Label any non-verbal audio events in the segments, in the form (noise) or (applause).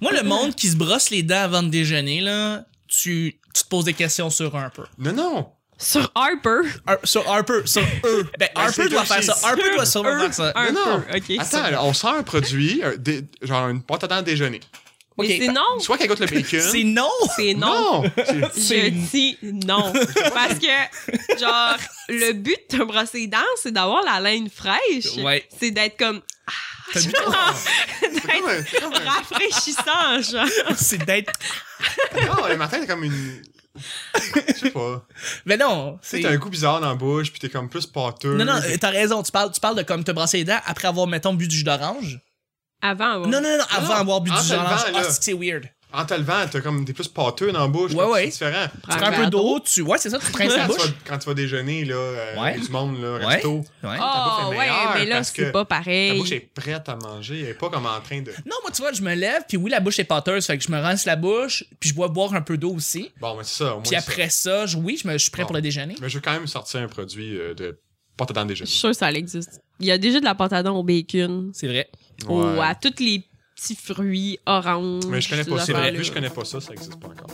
Moi, le monde qui se brosse les dents avant de déjeuner, là, tu, tu te poses des questions sur un peu. Non, non. Sur Harper. Har- sur Harper, sur (laughs) eux. Ben, Ben, Harper c'est doit touché. faire ça. Harper doit sûrement faire ça. Harper. non. Ok. Attends, là, on sort un produit, un dé- genre une pâte à dents déjeuner. Mais Ok. c'est non. Soit qu'elle goûte le bacon. C'est non! (laughs) C'est non. C'est- Je c'est- dis non. Parce que, genre, le but de te brosser les dents, c'est d'avoir la laine fraîche. Ouais. C'est d'être comme. ah, (laughs) T'as vu? c'est comme un- c'est (laughs) comme un- rafraîchissant, genre. C'est d'être. Non, le matin, t'es comme une. Je sais pas. Mais ben non! Tu sais, C'est t'as un goût bizarre dans la bouche, puis t'es comme plus pâteux. Non, non, euh, t'as raison. Tu parles, tu parles de comme te brasser les dents après avoir, mettons, bu du jus d'orange. Avant, ouais. Non, non, non, avant non, avoir bu en du jus te levant, d'orange. Ah, là. c'est que c'est weird. En te levant, t'as comme des plus pâteux dans la bouche. Ouais, là, ouais. C'est différent. Tu prends Ah, un mais peu attends. d'eau, tu. Ouais, c'est ça, tu te Quand rinces tu, la bouche. vas, quand tu vas déjeuner, là, euh, Ouais. il y a du monde, là, Ouais. resto, Ouais. Ta Oh, bouffe est ouais, meilleure mais là, parce que c'est pas ta pareil. bouche est prête à manger. Elle est pas comme en train de. Non, moi, tu vois, je me lève, puis oui, la bouche est pâteuse, fait que je me rince la bouche, puis je dois boire un peu d'eau aussi. Bon, mais c'est ça, au moins. Puis après ça, je, oui, je, me, je suis prêt Bon. pour le déjeuner. ça. Mais je veux quand même sortir un produit euh, de pâte à dents Je déjeuner. suis sûre que ça existe. Il y a déjà de la pâte à dents au bacon. C'est vrai. Ou à tous les petits fruits oranges. Mais je connais pas ces ça. affaires-là. Vu que je connais pas ça, ça existe pas encore.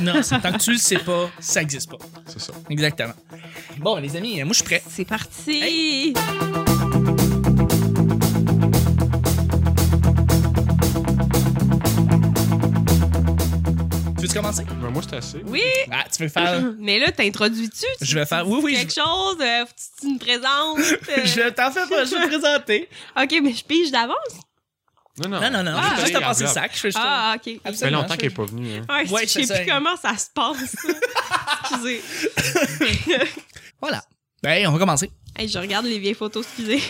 Non, c'est- tant que tu le sais pas, ça existe pas. C'est ça. Exactement. Bon, les amis, euh, moi, je suis prêt. C'est parti! Tu veux commencer? Mais moi, c'est assez. Oui! Ah, tu veux faire. (laughs) Mais là, t'introduis-tu? Tu Je vais faire. dis Oui, oui. Quelque chose? euh, faut que tu me présentes? Je, (laughs) (laughs) euh, je t'en fais pas, je vais te présenter. OK, mais je pige d'avance? Non, non. Non, non, non. je Ah, vais juste oui, te passer le enveloppe. sac. Je fais juste. Ah, OK. Ça fait Absolument. longtemps qu'elle est pas venue. Hein. Ouais, Ouais, je sais c'est ça. plus comment ça se passe. (laughs) excusez. (laughs) Voilà. Ben, on va commencer. Hey, je regarde les vieilles photos, excusez. (laughs)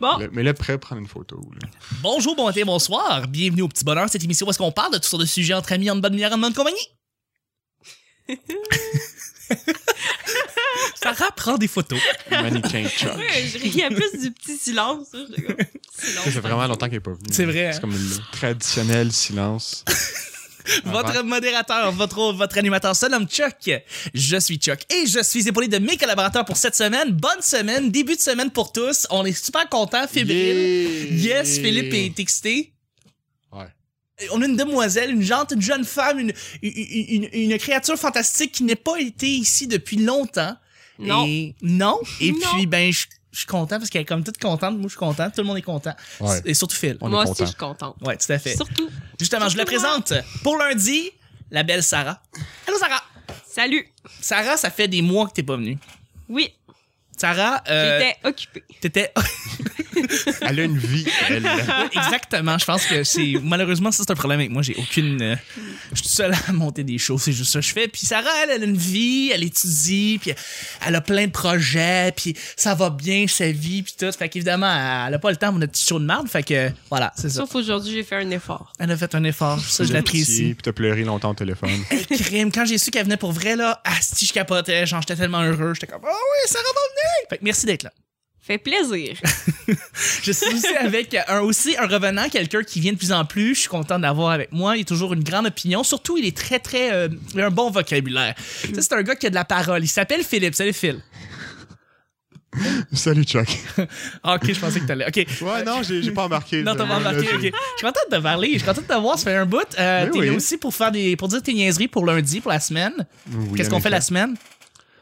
bon, Le- mais là, prêt à prendre une photo. là. (laughs) Bonjour, bon matin, bonsoir. Bienvenue au Petit Bonheur, cette émission où est-ce qu'on parle de toutes sortes de sujets entre amis, en bonne manière, en bonne (laughs) compagnie. Sarah prend des photos. Mannequin Chuck. ouais, je riais plus du petit silence. hein, là, j'étais (laughs) comme, Ça fait silence. vraiment longtemps qu'elle est pas venue. C'est vrai, hein. C'est comme le traditionnel silence. Votre modérateur, votre hôte, votre animateur se nomme Chuck. Je suis Chuck et je suis épaulé de mes collaborateurs pour cette semaine. Bonne semaine, début de semaine pour tous. On est super contents, fébrile. Yeah. Yes, Philippe est excité. Ouais. Et On a une demoiselle, une gente, une jeune femme, une, une, une- une créature fantastique qui n'a pas été ici depuis longtemps. Non. Et, non. Et Non. puis, ben, je je suis content parce qu'elle est comme toute contente. Moi, je suis content. Tout le monde est content. Ouais. Et surtout Phil. On est Moi aussi, content. je suis contente. Ouais, tout à fait. Surtout, Justement, je la surtout présente pour lundi, la belle Sarah. Allô, Sarah. salut. Sarah, ça fait des mois que t'es pas venue. Oui, Sarah, euh, j'étais occupée. t'étais (laughs) Elle a une vie, (laughs) elle. exactement. Je pense que c'est malheureusement ça c'est un problème avec moi. J'ai aucune. euh, je suis toute seule à monter des shows. C'est juste ça que je fais. Puis Sarah, elle, elle a une vie. Elle étudie. Puis elle a plein de projets. Puis ça va bien sa vie. Puis tout. Fait qu'évidemment, elle a pas le temps pour notre petit show de merde. Fait que voilà, c'est ça. Sauf aujourd'hui, j'ai fait un effort. Elle a fait un effort. Ça, je J'ai pitié, l'apprécie. Puis t'as pleuré longtemps au (laughs) téléphone. Crime, quand j'ai su qu'elle venait pour vrai, là, asti, je capotais. Genre, j'étais tellement heureux. J'étais comme, oh oui, Sarah va venir. Fait que merci d'être là. (laughs) Fait plaisir. Je suis aussi avec un, aussi un revenant, quelqu'un qui vient de plus en plus. Je suis content d'avoir avec moi. Il a toujours une grande opinion. Surtout, il est très, très. euh, il a un bon vocabulaire. Tu sais, c'est un gars qui a de la parole. Il s'appelle Philippe. Salut, Phil. Salut, Chuck. Ah, ok, je pensais que t'allais. Ok. Ouais, non, j'ai j'ai pas embarqué. Non, t'as pas Euh, là, remarqué. j'ai- ok. Je suis content de te parler. Je suis content de te voir. Ça fait un bout. Euh, Mais t'es oui. là aussi pour, faire des, pour dire tes niaiseries pour lundi, pour la semaine. Oui, qu'est-ce en qu'on fait la effet. semaine?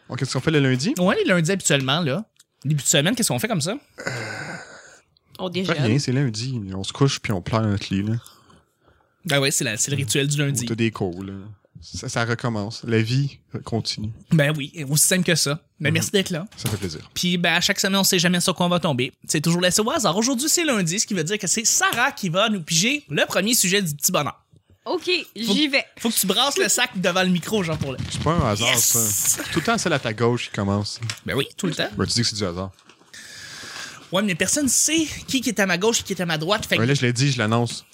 Bon, Qu'est-ce qu'on fait le lundi? Ouais, les lundis habituellement, là. Début de semaine, qu'est-ce qu'on fait comme ça? On On fait déjeune. rien, c'est lundi. On se couche puis on pleure dans notre lit. Là. Ben ouais, c'est la- c'est le rituel du Ou lundi. T'as des cours. Là. Ça, ça recommence. La vie continue. Ben oui, aussi simple que ça. Ben Mhm. merci d'être là. Ça fait plaisir. Puis ben, à chaque semaine, on sait jamais sur quoi on va tomber. C'est toujours laissé au hasard. Aujourd'hui, c'est lundi, ce qui veut dire que c'est Sarah qui va nous piger le premier sujet du petit bonheur. OK, j'y vais. Faut que tu brasses le sac devant le micro, genre pour le. C'est pas un hasard, Yes! ça. Tout le temps, celle à ta gauche qui commence. Ben oui, tout le temps. Ben, tu dis que c'est du hasard. Ouais, mais personne sait qui qui est à ma gauche et qui est à ma droite. Fait que, Ouais, là, je l'ai dit, je l'annonce.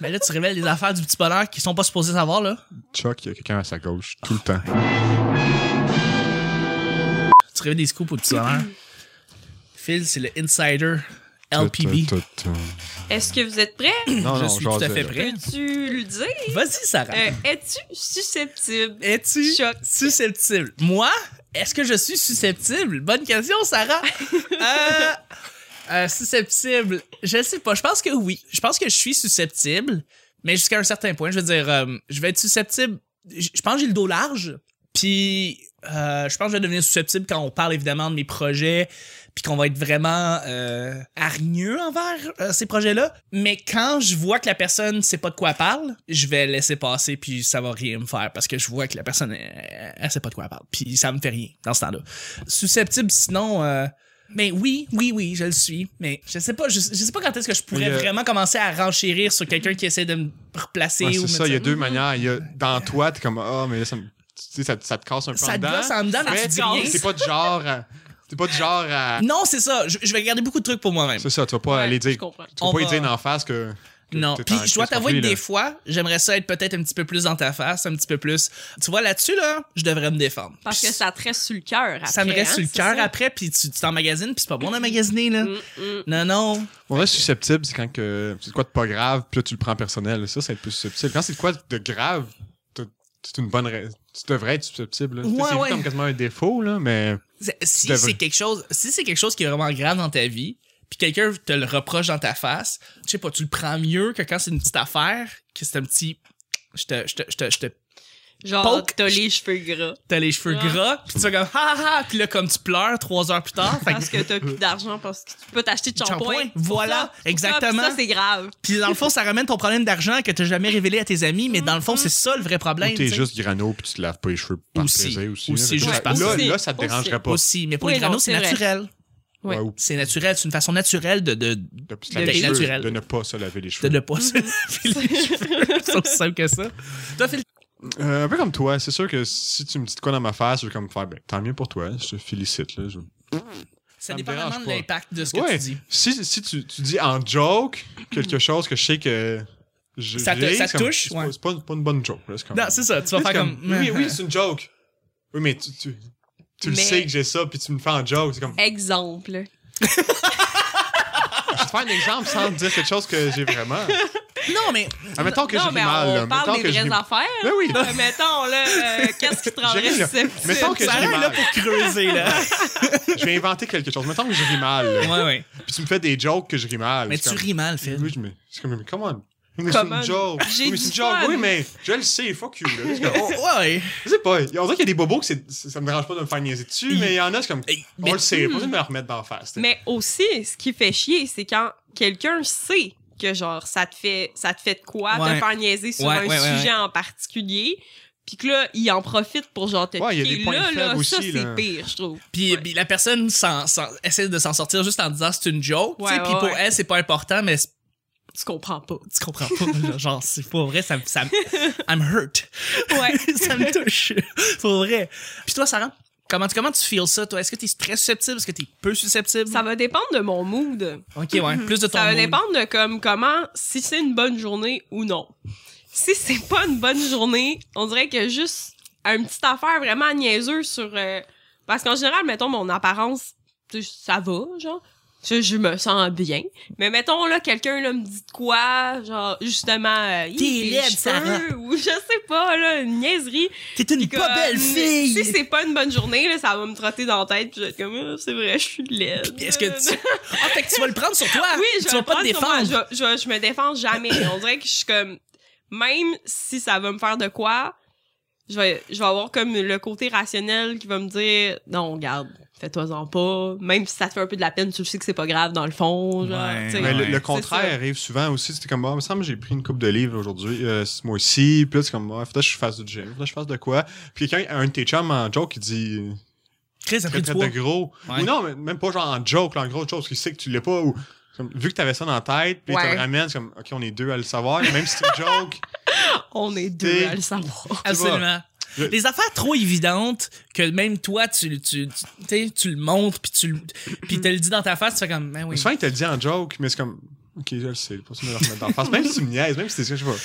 ben là, tu révèles les affaires du petit bonheur qui sont pas supposés savoir, là. Chuck, il y a quelqu'un à sa gauche. Tout le temps. Tu révèles des scoops au petit (laughs) bonheur. Phil, c'est le insider LPB. Tout, tout, tout. Est-ce que vous êtes prêts? (coughs) Non, Je non, suis tout à jasez, fait là. prêt. tu le dis? Vas-y, Sarah. Euh, Es-tu susceptible? Es-tu Choc. susceptible? Moi? Est-ce que je suis susceptible? Bonne question, Sarah. Euh, Euh, susceptible. Je sais pas. Je pense que oui. Je pense que je suis susceptible, mais jusqu'à un certain point. Je veux dire, euh, je vais être susceptible. Je je pense que j'ai le dos large. Puis, euh, je pense que je vais devenir susceptible quand on parle évidemment de mes projets, puis qu'on va être vraiment euh, hargneux envers euh, ces projets-là. Mais quand je vois que la personne sait pas de quoi elle parle, je vais laisser passer, puis ça va rien me faire parce que je vois que la personne, elle, elle sait pas de quoi elle parle. Puis ça me fait rien dans ce temps-là. Susceptible, sinon. euh, mais oui, oui, oui, je le suis. Mais je sais pas, je, je sais pas quand est-ce que je pourrais Il y a- vraiment commencer à renchérir sur quelqu'un qui essaie de me replacer Ouais, ou me c'est ça, il y a dire- deux manières. Il y a, dans toi, t'es comme, ah, mais là, ça, me- tu sais, ça, ça te casse un peu ça en te dedans. gosse en dedans, mais Mais tu dis rien. t'es pas du genre à. T'es pas du genre à. Non, c'est ça. Je, je vais garder beaucoup de trucs pour moi-même. C'est ça, tu vas pas Ouais, aller dire. je Tu vas comprends. On pas lui va- dire d'en face que. que Non. t'es Puis en je dois crise t'avouer que complet, des là. fois, j'aimerais ça être peut-être un petit peu plus dans ta face, un petit peu plus. Tu vois, là-dessus, là, je devrais me défendre. Parce Puis que ça te reste sur le cœur après. ça me reste hein, sur le c'est cœur ça. après, puis tu tu t'emmagasines, puis c'est pas bon d'emmagasiner, là. Mm, mm. Non, non. On reste susceptible, c'est quand que c'est de quoi de pas grave, puis là tu le prends personnel. Ça, c'est plus susceptible. Quand c'est de quoi de grave, t'as- c'est une bonne raison. Tu devrais être susceptible. là. Ouais, Tu sais, c'est vu ouais. comme quasiment un défaut, là, mais. C'est- Si Devrais. c'est quelque chose, si c'est quelque chose qui est vraiment grave dans ta vie, puis quelqu'un te le reproche dans ta face, je sais pas, tu le prends mieux que quand c'est une petite affaire, que c'est un petit. Je te, je te, je te, je te Genre, Poke. t'as les cheveux gras t'as les cheveux Ouais. gras, puis tu fais comme ha ha, ha, puis là comme tu pleures trois heures plus tard, fait que parce que t'as plus d'argent parce que tu peux t'acheter de shampoing. Shampoing, voilà, Pour ça, pour ça, exactement. puis Ça, c'est grave. Puis dans le fond, ça ramène ton problème d'argent que t'as jamais révélé à tes amis, mais dans Mm-hmm. le fond, c'est ça le vrai problème. Ou t'es tu sais. juste grano, puis tu te laves pas les cheveux par Aussi. plaisir aussi. Aussi, là. juste Fait que parce là, que- là, ça te Aussi. dérangerait pas. Aussi, mais pour Oui, les granos, non, c'est c'est vrai. naturel. Ouais. Ouais, ou C'est naturel, c'est une façon naturelle de, de, de, se De laver les vie cheveux, naturelle. de ne pas se laver les de Mm-hmm. cheveux. ne pas se laver (laughs) les cheveux. (laughs) C'est aussi simple que ça. Toi, Phil, Euh, un peu comme toi, c'est sûr que si tu me dis de quoi dans ma face, je vais comme faire, ben, tant mieux pour toi, je te félicite. Là, je- ça me dépend vraiment dérange de pas. l'impact de ce que tu Ouais, dis. Hmm. si, si tu, tu dis en joke quelque chose que je sais que je Ça te- j'ai, ça c'est te comme- touche, c'est pas- ouais. C'est pas, une- pas une bonne joke. là, c'est comme- Non, c'est ça, tu vas C'est faire comme. (laughs) Oui, oui, c'est une joke. Oui, mais tu, tu, tu le Mais- sais que j'ai ça, puis tu me fais en joke. C'est comme. Exemple. Je te fais un exemple sans te dire quelque chose que j'ai vraiment. Non, mais Admettons que je non, ris mais mal. on là. parle Mettons des que je vraies ris- affaires. Ben oui. Euh, mettons, là, euh, qu'est-ce qui te (laughs) rendrait J'ai rien. susceptible? Mettons que je Sarah ris est là mal. pour creuser, là. Je vais inventer quelque chose. Mettons que je ris mal. là. (laughs) ouais, ouais. Puis tu me fais des jokes que je ris mal. Mais C'est tu comme- ris mal, Phil. Oui, je me. C'est comme, mais come on. Mais c'est Come une on. joke. J'ai Oui, mais du c'est une joke. fun. Oui, mais je le sais, fuck you. Là. C'est comme, Oh, ouais. Je sais pas, on dirait qu'il y a des bobos que c'est- ça ça me dérange pas de me faire niaiser dessus, Il- mais il y en a, c'est comme. Hey, On mais- hmm. le sait, pas besoin de me le remettre d'en face. t'sais. Mais aussi, ce qui fait chier, c'est quand quelqu'un sait que genre ça te fait ça te fait de quoi Ouais. te faire niaiser sur Ouais, un ouais, ouais, sujet en particulier. Puis que là, il en profite pour genre te Ouais, il y a piquer. des points là, là, faibles ça, aussi, là. c'est pire, je trouve. Puis, Ouais. puis la personne s'en- s'en- essaie de s'en sortir juste en disant c'est une joke. tu sais, Ouais, puis ouais, pour ouais. elle, c'est pas important, mais c'est- Tu comprends pas. tu comprends pas. genre, c'est pas vrai, ça, me- ça me- I'm hurt. Ouais. (laughs) ça me touche. Pour vrai. Puis toi, Sarah, comment tu, comment tu feels ça, toi? Est-ce que t'es très susceptible? Est-ce que t'es peu susceptible? ça va dépendre de mon mood. Ok, ouais. Plus de ton Ça va mood. dépendre de comme comment si c'est une bonne journée ou non. Si c'est pas une bonne journée, on dirait que juste une petite affaire vraiment niaiseuse sur euh, parce qu'en général mettons mon apparence tu sais, ça va genre je, je me sens bien. Mais mettons là quelqu'un là me dit de quoi genre justement euh, Hi, tes laide, Sarah. cheveux, ou je sais pas là une niaiserie T'es une Puis pas comme, belle fille! Si c'est pas une bonne journée là, ça va me trotter dans la tête puis je vais être comme Ah, c'est vrai, je suis laide. Puis Est-ce que tu. (laughs) Ah, fait que tu vas le prendre sur toi! Oui, je tu vais vas pas te prendre sur moi. défendre! Je, je, je me défends jamais. On dirait que je suis comme même si ça va me faire de quoi, je vais je vais avoir comme le côté rationnel qui va me dire non, regarde, fais-toi-en pas, même si ça te fait un peu de la peine, tu le sais que c'est pas grave dans le fond, genre, Ouais. tu sais. Mais le, Ouais. le contraire arrive souvent aussi. C'était comme, ah, il me semble que j'ai pris une coupe de livres aujourd'hui, euh, ce mois-ci. Puis là, c'est comme, ah, faudrait que je fasse du gym, faudrait que je fasse de quoi. Puis quelqu'un, un de tes chums en joke, il dit, euh, Chris, ça traite du traite poids. de gros. Ouais. Ou non, mais même pas genre en joke, là, en gros, chose qu'il sait que tu l'es pas. Ou, comme, vu que t'avais ça dans la tête, puis là, il te Ouais. le ramène, c'est comme, ok, on est deux à le savoir. Même si c'est une joke, On est deux à le savoir. Absolument. Je- Les affaires trop évidentes que même toi, tu, tu, tu, tu sais, tu le montres, puis tu le- puis te le dis dans ta face, tu fais comme, ben (laughs) oui. souvent, il te le dit en joke, mais c'est comme, ok, je le sais, pas ça me le remettre d'en face. Même si tu me niaises, même si c'est je sais pas.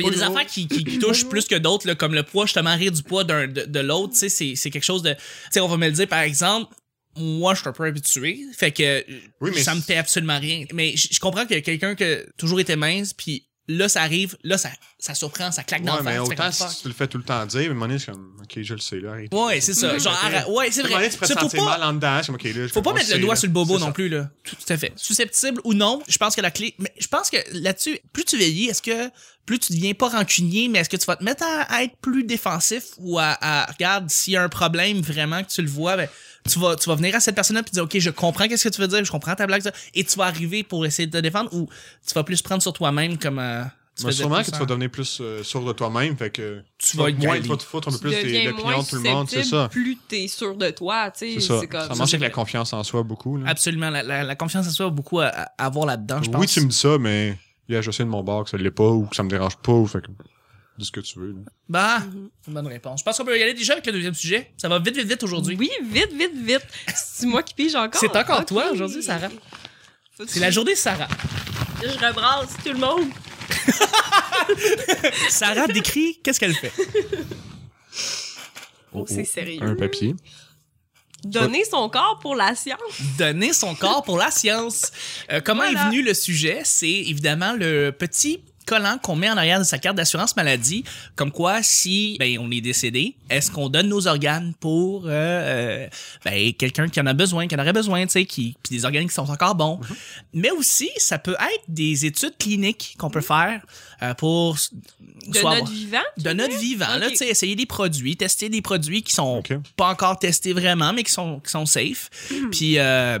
Il y a des Bonjour. affaires qui, qui- qui touchent plus que d'autres, là, comme le poids, justement, rire du poids d'un, de, de l'autre, tu sais, c'est, c'est quelque chose de... Tu sais, on va me le dire, par exemple, moi, je suis un peu habitué, fait que euh, Oui, mais ça me c'est- fait absolument rien. Mais je je comprends qu'il y a quelqu'un qui a toujours été mince, puis Là, ça arrive, là, ça, ça surprend, ça claque dans Ouais, le face. Tu mais fais autant comme, si fuck. tu le fais tout le temps dire, mais à un moment donné, c'est comme, ok, je le sais, là, arrête. Ouais, c'est ça. Mhm. Genre, arrête- ouais, c'est À un moment vrai. donné, Mm. tu peux te Ça, faut sentir pas- mal en dedans. c'est comme, ok, là, je- faut pas on mettre sait, le doigt là. sur le bobo C'est non ça. plus, là. Tout, tout à fait. Susceptible ou non, je pense que la clé. Mais je pense que là-dessus, plus tu vieillis, est-ce que plus tu deviens pas rancunier, mais est-ce que tu vas te mettre à, à être plus défensif ou à, à- regarde s'il y a un problème vraiment que tu le vois, ben, tu vas, tu vas venir à cette personne-là et dire OK, je comprends qu'est-ce que tu veux dire, je comprends ta blague, ça. et tu vas arriver pour essayer de te défendre ou tu vas plus prendre sur toi-même comme. euh, tu Mais faisais sûrement plus que tu en- vas devenir plus euh, sûr de toi-même, fait que Tu vas moins, gueuler. tu vas te foutre un peu Tu plus des deviens opinions moins de tout le monde, c'est susceptible, ça. Plus t'es sûr de toi, tu sais. C'est ça. C'est comme. Ça marche avec la confiance en soi beaucoup. là. Absolument. La, la- la confiance en soi a beaucoup à, à avoir là-dedans, je pense. Oui, tu me dis ça, mais il y a je sais de mon bord que ça l'est pas ou que ça me dérange pas, ou fait que dis ce que tu veux. là. Bah, Mhm. c'est une bonne réponse. Je pense qu'on peut y aller déjà avec le deuxième sujet. Ça va vite, vite, vite aujourd'hui. Oui, vite, vite, vite. C'est moi qui pige encore. C'est encore Ok. toi aujourd'hui, Sarah. Faut-tu- C'est la journée de Sarah. Je rebrasse tout le monde. Sarah décrit qu'est-ce qu'elle fait. Oh, c'est sérieux. Un papier. Donner son corps pour la science. Donner son corps pour la science. Euh, comment Voilà. est venu le sujet? C'est évidemment le petit collant qu'on met en arrière de sa carte d'assurance maladie, comme quoi si ben, on est décédé, est-ce qu'on donne nos organes pour euh, euh, ben, quelqu'un qui en a besoin, qui en aurait besoin, tu sais, qui puis des organes qui sont encore bons. Mais aussi, ça peut être des études cliniques qu'on peut faire euh, pour s- Mhm. De soit- notre vivant. de notre vivant, là, Ok. tu sais, essayer des produits, tester des produits qui sont Ok. pas encore testés vraiment, mais qui sont, qui sont safe. Hmm. Puis, euh,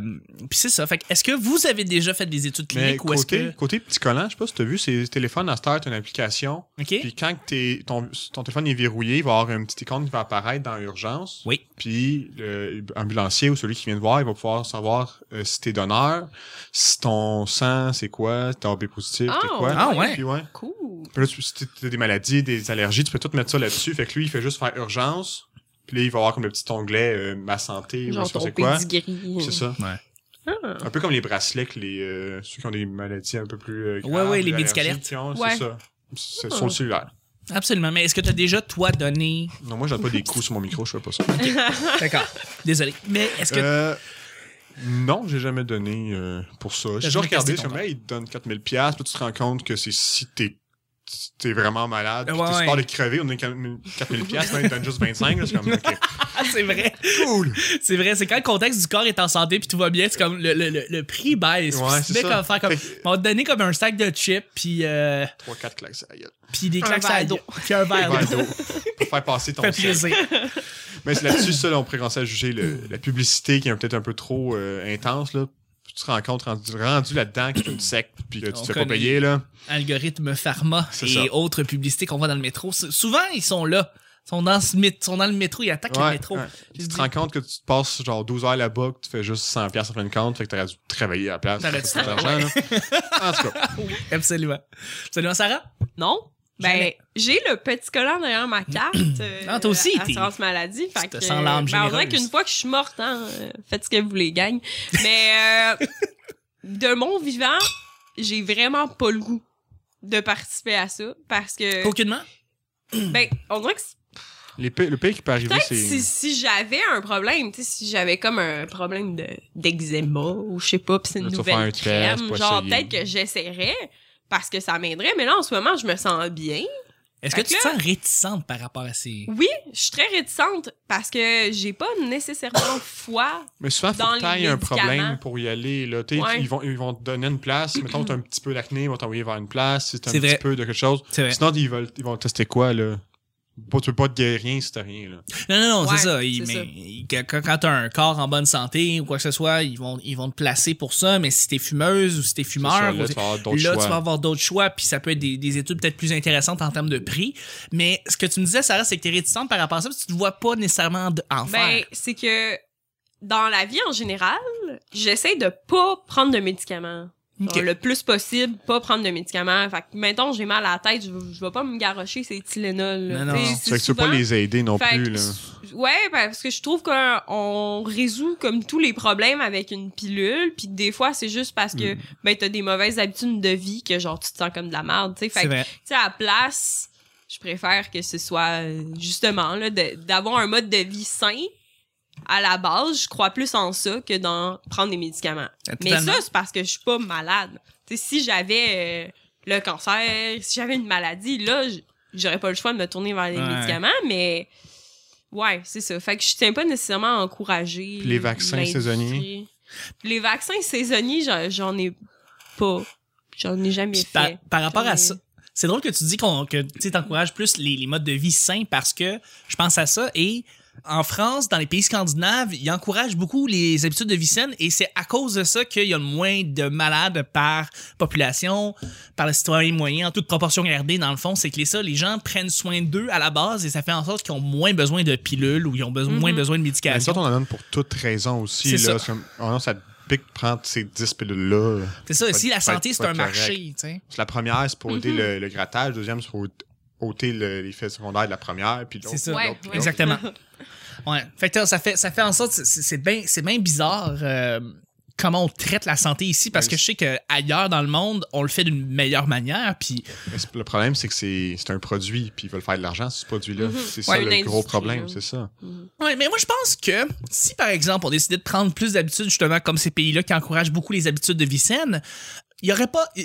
puis c'est ça. Fait que, est-ce que vous avez déjà fait des études Mais cliniques ou est-ce côté, que. côté petit collant, je sais pas si t'as vu, ces téléphones à cette heure, t'as une application. OK? Puis quand t'es- ton, ton téléphone est verrouillé, il va y avoir un petit icône qui va apparaître dans Urgence. Oui. Puis l'ambulancier ou celui qui vient te voir, il va pouvoir savoir euh, si t'es donneur, si ton sang, c'est quoi, si t'es AB positif, Ah, t'es quoi. ah ouais. Puis ouais. Cool. Puis là, tu- si t'as- t'as des maladies, des allergies, tu peux tout mettre ça là-dessus. Fait que lui, il fait juste faire Urgence. Puis là, il va avoir comme le petit onglet euh, Ma santé » ou je Genre sais pas ton c'est quoi. pedigree. C'est ça. Ah. Un peu comme les bracelets que les, euh, ceux qui ont des maladies un peu plus. euh, Ouais, graves, ouais, des les médical allergies alertes. qu'ils ont, Ouais. C'est ça. C'est Ah. sur le cellulaire. Absolument. Mais est-ce que tu as déjà, toi, (laughs) donné. Non, moi, (laughs) j'ai pas des coups sur mon micro, je fais pas ça. D'accord. Désolé. Mais est-ce que. Euh, non, j'ai jamais donné euh, pour ça. jamais J'ai toujours regardé, testé ton comme, hey, il te donne 4000$, piastres, puis tu te rends compte que c'est si t'es si t'es vraiment malade, puis Ouais, t'es ouais. sur le bord de crever, on donne 4000$, piastres, là, il te donne juste 25$, là, c'est (laughs) comme, ok. Ah, c'est vrai. Cool! C'est vrai. C'est quand le contexte du corps est en santé puis tout va bien, c'est comme le, le, le, le prix baisse. Ouais, Puis tu te c'est mets ça. comme faire comme. Fait On va te donner comme un sac de chips puis, euh, 3-4 claques, ça y est. puis des Un claques verre à la d'eau. gueule. Puis un verre Verre d'eau. d'eau. Pour faire passer ton Ah, Fait sang. plaisir. Mais c'est là-dessus, ça, là, on pourrait commencer à juger le- la publicité qui est peut-être un peu trop euh, intense, là. Tu te rends compte, rendu, rendu là-dedans, que c'est une secte, puis que tu On te fais connaît. pas payer, là. algorithmes pharma C'est et ça. autres publicités qu'on voit dans le métro. S- Souvent, ils sont là. Ils sont dans, ce mét- ils sont dans le métro, ils attaquent le Ouais, métro. ouais. J'ai Tu te dit- rends compte que tu te passes genre 12 heures là-bas, que tu fais juste 100 pièces en fin de compte, fait que t'aurais dû travailler à la place. T'aurais dû faire de l'argent, là. En tout cas, Absolument. Absolument, Sarah? Non. Ben, Jamais. j'ai le petit collant derrière (clears throat) ma carte. euh, Ah, toi aussi, t'es- Assurance maladie. tu Fait te que, sens l'âme ben, on dirait généreuse. qu'une fois que je suis morte, hein, euh, faites ce que vous voulez, gagne. Mais euh, de mon vivant, j'ai vraiment pas le goût de participer à ça. Parce que, Aucunement? ben, on dirait que c'est- les pays- le pays qui peut arriver, peut-être c'est. si, si j'avais un problème, tu sais, si j'avais comme un problème de- d'eczéma ou je sais pas, pis c'est une Là, tu vas faire un nouvelle test, crème, pas genre, essayer. peut-être que j'essaierais parce que ça m'aiderait. Mais là, en ce moment, je me sens bien. Est-ce que Fait tu te que sens réticente par rapport à ces... Oui, je suis très réticente parce que j'ai pas nécessairement foi. Mais souvent, faut dans que t'ailles les un médicaments. problème pour y aller. Là. T'sais, Ouais. Ils, vont, ils vont te donner une place. Mettons, t'as un petit peu d'acné, ils vont t'envoyer vers une place. Si t'as un C'est petit vrai. peu de quelque chose. C'est vrai. Sinon, ils, veulent, ils vont tester quoi, là? Pas- tu peux pas te guérir rien si t'as rien, là. Non, non, non, Ouais, c'est ça. Ils- c'est mais ça. ils- quand- quand quand t'as un corps en bonne santé ou quoi que ce soit, ils vont, ils vont te placer pour ça, mais si t'es fumeuse ou si t'es fumeur... C'est ça, ou là, si- tu vas avoir d'autres là, choix. tu vas avoir d'autres choix, puis ça peut être des, des études peut-être plus intéressantes en termes de prix. Mais ce que tu me disais, Sarah, c'est que t'es réticente par rapport à ça, parce que tu te vois pas nécessairement de- en Ben, faire. c'est que dans la vie en général, j'essaie de pas prendre de médicaments. Genre, Ok. Le plus possible, pas prendre de médicaments. Fait que, mettons, j'ai mal à la tête, je, je vais pas me garocher ces Tylenol. là. Non, non, Tu sais, non. c'est Fait que tu peux pas souvent- les aider non Fait plus, que là. s- Ouais, ben, parce que je trouve qu'on résout comme tous les problèmes avec une pilule, puis que des fois c'est juste parce que Mm. ben t'as des mauvaises habitudes de vie que genre tu te sens comme de la merde, tu sais. Fait C'est que, vrai. tu sais, à la place, je préfère que ce soit euh, justement là de- d'avoir un mode de vie sain. À la base, je crois plus en ça que dans prendre des médicaments. Mais Totalement. ça, c'est parce que je suis pas malade. Tu sais, si j'avais euh, le cancer, si j'avais une maladie, là, j- j'aurais pas le choix de me tourner vers les Ouais. médicaments, mais ouais, c'est ça. Fait que je tiens pas nécessairement à encourager. Puis les vaccins l'industrie. saisonniers? Les vaccins saisonniers, j'en- j'en ai pas. J'en ai jamais Puis fait. par, par rapport à Mais- ça, c'est drôle que tu dis qu'on, que tu encourages plus les, les modes de vie sains parce que je pense à ça et en France, dans les pays scandinaves, ils encouragent beaucoup les habitudes de vie saines et c'est à cause de ça qu'il y a le moins de malades par population, par le citoyen moyen, en toute proportion gardée, dans le fond. C'est que les, ça, les gens prennent soin d'eux à la base et ça fait en sorte qu'ils ont moins besoin de pilules ou ils ont besoin, moins Mhm. besoin de Mais médication. ça, on en donne pour toute raison aussi. C'est là. ça. C'est comme, oh non, ça te pique de prendre ces 10 pilules-là. C'est ça, Faut si la être- faut santé, être- c'est faut un être marché, tu sais. C'est La première, c'est pour ôter Mm-hmm. Mhm. le, le grattage. La deuxième, c'est pour ôter le- les faits secondaires de la première. Puis l'autre, C'est ça. l'autre, Ouais, puis ouais. l'autre. Exactement. Ouais. Fait que ça fait, ça fait en sorte, c'est- c'est bien c'est bien bizarre euh, comment on traite la santé ici, parce Ben, que je sais qu'ailleurs dans le monde, on le fait d'une meilleure manière, puis Mais c'est- Le problème, c'est que c'est c'est un produit, puis ils veulent faire de l'argent sur ce produit-là. Mhm. C'est Ouais, ça une le gros industrie, problème, là. c'est ça. Ouais, mais moi je pense que si par exemple on décidait de prendre plus d'habitudes justement comme ces pays-là qui encouragent beaucoup les habitudes de vie saine, il y aurait pas euh,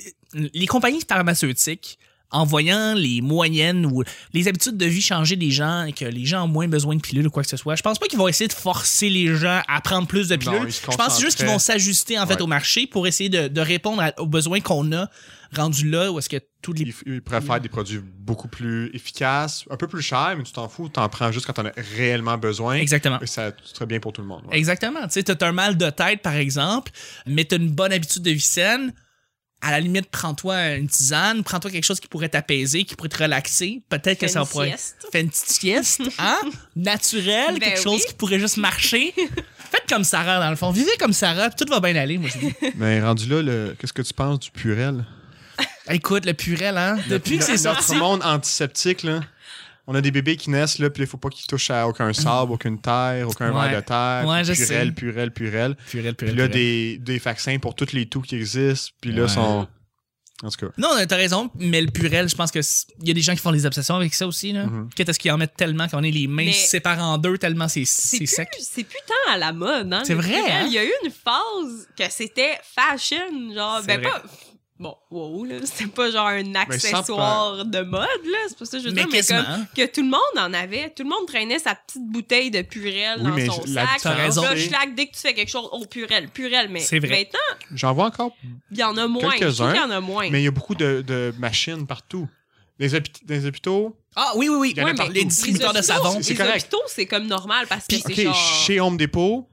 les compagnies pharmaceutiques en voyant les moyennes ou les habitudes de vie changer des gens et que les gens ont moins besoin de pilules ou quoi que ce soit, je pense pas qu'ils vont essayer de forcer les gens à prendre plus de pilules. ils se je pense juste qu'ils vont s'ajuster en fait Ouais. au marché pour essayer de, de répondre à- aux besoins qu'on a rendus là où est-ce que tous les Ils, f- ils pourraient faire des produits beaucoup plus efficaces, un peu plus chers, mais tu t'en fous, t'en prends juste quand t'en as réellement besoin. Exactement. Et ça serait bien pour tout le monde. ouais. Exactement. Tu sais, t'as un mal de tête, par exemple, mais t'as une bonne habitude de vie saine. À la limite, prends-toi une tisane, prends-toi quelque chose qui pourrait t'apaiser, qui pourrait te relaxer. Peut-être que Fais ça une pourrait. sieste. Fais une petite (laughs) sieste, hein? Naturelle, Ben quelque chose oui. qui pourrait juste marcher. Faites comme Sarah, dans le fond. Vivez comme Sarah, puis tout va bien aller, moi, je vous dis. Mais rendu là, le- qu'est-ce que tu penses du Purel? Écoute, le purel, hein? Depuis que c'est Notre sorti. monde antiseptique, là. On a des bébés qui naissent, là, puis il faut pas qu'ils touchent à aucun sable, aucune terre, aucun Ouais. verre de terre. Ouais, puis je Purel, sais. Purel, Purel. Purel, Puis là, des, des vaccins pour toutes les toux qui existent. Puis là, Ouais. sont. En tout cas. Non, t'as raison, mais le purel, je pense que c'est- il y a des gens qui font des obsessions avec ça aussi, là. Mhm. Qu'est-ce qu'ils en mettent tellement qu'on est les mains Mais- se séparent en deux tellement c'est c'est plus- sec. C'est plus tant à la mode, hein. C'est le vrai, purel. hein? Il y a eu une phase que c'était fashion, genre, C'est ben vrai. Ben, pas. Bon, wow, là, c'était pas genre un accessoire de mode, là, c'est pas ça que je veux Mais dire, mais quasiment. comme que tout le monde en avait, tout le monde traînait sa petite bouteille de purel Oui, dans mais son la sac. t'as raison. Là, schlac, dès que tu fais quelque chose, oh, purel, purel, mais C'est vrai. maintenant, J'en vois encore il y en a moins. Je trouve Quelques-uns, qu'il y en a moins. Mais il y a beaucoup de, de machines partout. Dans les, hôpit- dans les hôpitaux, Ah oui, oui, oui. Il y en a Ouais, mais partout. les distributeurs de hôpitaux, savon. c'est Les correct. hôpitaux, c'est comme normal parce que Puis, c'est OK, genre... chez Home Depot,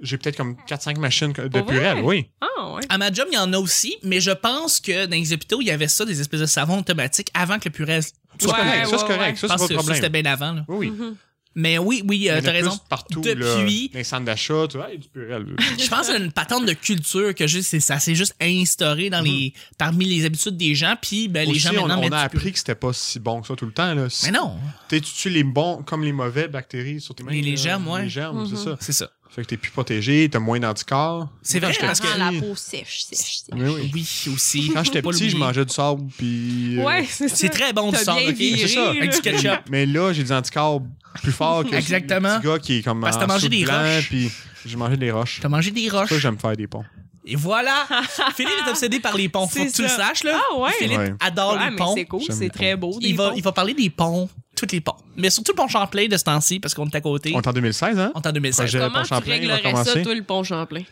j'ai peut-être comme 4-5 machines de Pour vrai? Purel, oui. Ah, ouais. À ma job, il y en a aussi, mais je pense que dans les hôpitaux, il y avait ça, des espèces de savons automatiques avant que le purel. Ça, Ouais, c'est correct, ça, ouais, c'est ouais. correct. Ça, je c'est pense pas le que ça, c'était problème. bien avant. là. Oui, oui. Mhm. Mais oui, oui, Il y euh, en a t'as plus raison. Partout, Depuis- Là, dans les centres d'achat, tu vois, il y a du Purel. Je pense qu'il y a une patente de culture que juste, c'est- ça s'est juste instauré dans les, parmi les habitudes des gens, puis ben, les Aussi, gens on, maintenant on mettent a du appris que c'était pas si bon que ça tout le temps. Là. Si- purel. Mais non, T'es- Tu tues les bons comme les mauvais bactéries sur tes mains. Les- les là, germes, ouais. Les germes, Mhm. c'est ça. c'est ça. Fait que t'es plus protégé, t'as moins d'anticorps. C'est Moi, vrai, quand j'étais parce que- Ah, petit- la peau sèche, sèche, sèche. Oui, oui. Oui, aussi. Quand j'étais Faut pas petit, je l'oublier. mangeais du sable, puis... euh, Ouais, c'est ça. C'est très bon, T'as ça. bien viré, C'est ça, là. Avec du ketchup. Mais là, j'ai des anticorps plus forts (laughs) que Exactement. le petit gars qui est comme Parce que t'as en mangé soude des blanc, roches. Puis j'ai mangé des roches. T'as mangé des roches. Ça, j'aime faire des ponts. Et (laughs) voilà! Philippe est obsédé par les ponts. Faut C'est que tu le ça. saches, là. Ah ouais? Philippe Ouais. adore Ouais, les mais ponts. C'est cool, J'aime les c'est très beau. des Il va, ponts. il va parler des ponts, tous les ponts. Mais surtout le pont Champlain de ce temps-ci, parce qu'on est à côté. On est en 2016, hein? On est en 2016. Projet- Le Comment pont tu Champlain, il va réglerais ça, commencer. toi, le pont Champlain?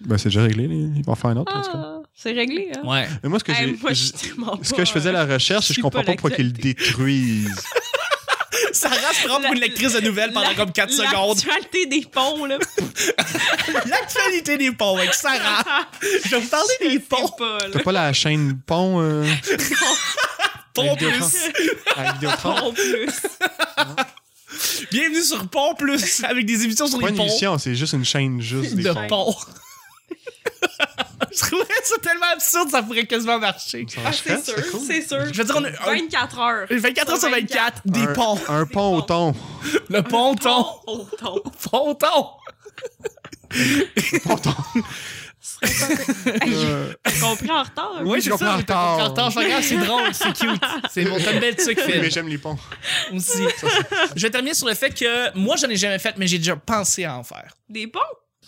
Ben, c'est déjà réglé. Ils vont faire un autre, en tout cas. Ah, c'est réglé, hein? (laughs) Ouais. Mais moi, ce que Hey, j'ai... moi, je j'ai- suis tellement Ce pas, que je faisais à la recherche, c'est que je je suis comprends pas pas pourquoi qu'ils le détruisent. Sarah se prend pour La- une lectrice de nouvelles pendant la- comme 4 secondes. (laughs) L'actualité des ponts, là. L'actualité des ponts avec Sarah. (laughs) Je vais vous parler Je des sais ponts. pas, là. T'as pas la chaîne pont euh, Pont Vidéotron. Plus. à Vidéotron? Ponts plus. Bienvenue sur Pont Plus avec des émissions sur C'est Pas les une ponts. émission, c'est juste une chaîne juste des De ponts. ponts. (laughs) Je trouvais ça tellement absurde, ça pourrait quasiment marcher. Ça Ah, marche c'est pas, sûr, cool. c'est sûr. Je veux dire, on a un- 24 heures. 24 heures sur 24, des Un- ponts. Un pont au thon. Le ponton. Ponts au thon. Ponton. Euh, T'as compris en retard? Oui, Oui, c'est je ça. comprends mais t'as le compris en retard, c'est pas grave, c'est drôle, c'est cute. C'est mon t'as une belle truc, Phil. Mais j'aime les ponts. Aussi. Je vais terminer sur le fait que moi, j'en ai jamais fait, mais j'ai déjà pensé à en faire. Des ponts?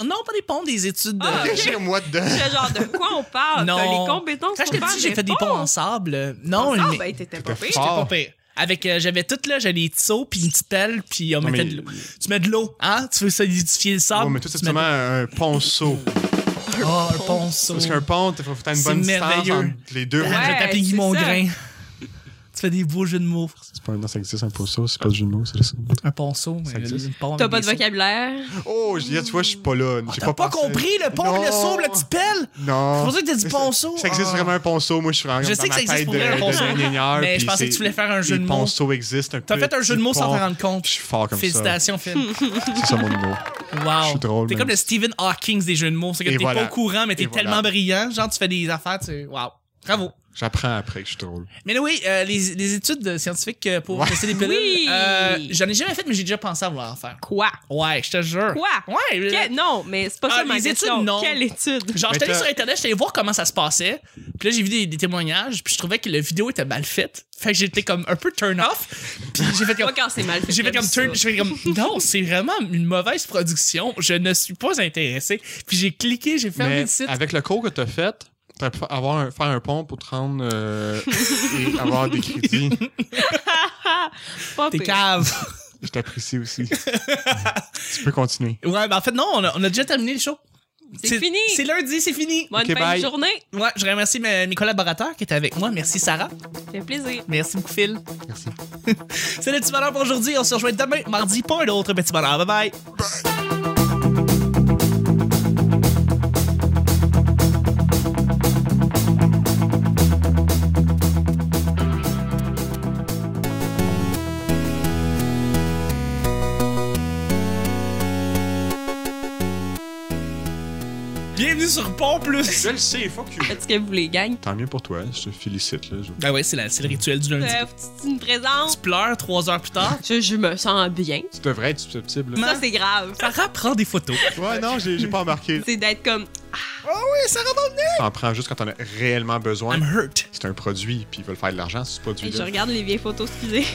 Non, pas des ponts, des études. de- Ah, ok. Déchire-moi dedans. J'étais genre, de quoi on parle? Non. Ah, T'as les compétences Quand pour j'étais faire petit, j'ai fait des ponts en sable. euh, Non, Ah, mais- ben, t'étais pas T'étais pire. fort. pas pire. Avec, euh, j'avais tout, là, j'avais des tisseaux, puis une petite pelle, puis on Non, mettait mais- de l'eau. Tu mets de l'eau, hein? Tu veux solidifier le sable? Ouais, mais tout c'est tu mets Ah, de- simplement un ponceau. Ah, un ponceau. Parce qu'un pont, il faut faire une C'est bonne distance merveilleux. entre les deux. Ah, Ouais, je vais t'appeler Guy c'est Mongrain. tu fais des beaux jeux de mots. C'est pas un nom, ça existe, un ponceau, c'est pas du jeu de mots, c'est ça. Un ponceau, mais existe. une pomme T'as avec pas de des sauts. vocabulaire. Oh, Juliette, tu vois, je suis pas là. Ah, J'ai T'as pas, pensé. compris le pont, le Non. sauble, la petite pelle? Non. C'est pour ça que t'as dit Mais ponceau. Ça existe Ah. vraiment un ponceau. Moi, je suis vraiment Je sais dans que ma ça existe tête pour de, vrai, un ponceau. de ingénieur, Mais je puis pensais que c'est- tu voulais faire un jeu les de mots. ponceaux existent un peu. T'as fait un jeu de mots sans t'en rendre compte. Je suis fort comme Félicitations, (laughs) Phil. ça. C'est ça mon niveau. Je Wow. suis drôle, T'es mais- comme le Stephen Hawking des jeux de mots. C'est que Et t'es voilà. pas au courant, mais t'es Et voilà. tellement brillant. Genre, tu fais des affaires, tu. Wow. Bravo. J'apprends après que je suis drôle. Mais oui, les, les études euh, scientifiques euh, pour Ouais. tester (laughs) les pilules, Oui. euh, j'en ai jamais fait, mais j'ai déjà pensé à vouloir en faire. Quoi? Ouais, je te jure. Quoi? Ouais. euh, Que- Non, mais c'est pas Ah, ça ma les études, question. non. Quelle étude? Genre, Mais j'étais allé t'as- sur Internet, j'étais allé voir comment ça se passait. Puis là, j'ai vu des, des témoignages, puis je trouvais que la vidéo était mal faite. Fait que j'étais comme un peu turn (laughs) off. Puis j'ai fait Pas comme. quand c'est mal fait. J'ai fait comme comme ça. turn, j'ai fait comme non, c'est vraiment une mauvaise production. Je ne suis pas intéressé. Puis j'ai cliqué, j'ai fermé Mais le site. avec le cours que t'as fait, t'as pu avoir un, faire un pont pour te rendre euh, et avoir des crédits. Pas T'es pire. cave. Je t'apprécie aussi. tu peux continuer. Ouais, ben en fait, non, on a, on a déjà terminé le show. C'est fini. C'est lundi, c'est fini. Bonne Ok, fin bye. de journée. Ouais, je remercie mes, mes collaborateurs qui étaient avec moi. Merci Sarah. Ça fait plaisir. Merci beaucoup Phil. Merci. C'est le petit bonheur pour aujourd'hui. On se rejoint demain, mardi, pour un autre petit bonheur. Bye bye. Bienvenue sur Pont Plus. Je le sais, fuck you. Faites ce que vous voulez, gang. Tant mieux pour toi, je te félicite. Là. Je- Ben ouais, c'est la- c'est le rituel du lundi. Euh, tu me présentes. Tu pleures trois heures plus (laughs) tard. Je, je me sens bien. Tu devrais être susceptible. là. Ça, c'est grave. Sarah prend des photos. Ouais, non, j'ai j'ai pas remarqué. C'est d'être comme. Oh oui, Sarah va venir. T'en prends juste quand t'en as réellement besoin. I'm hurt. C'est un produit, puis ils veulent faire de l'argent sur ce Hey, je produit-là. regarde les vieilles photos, excusez.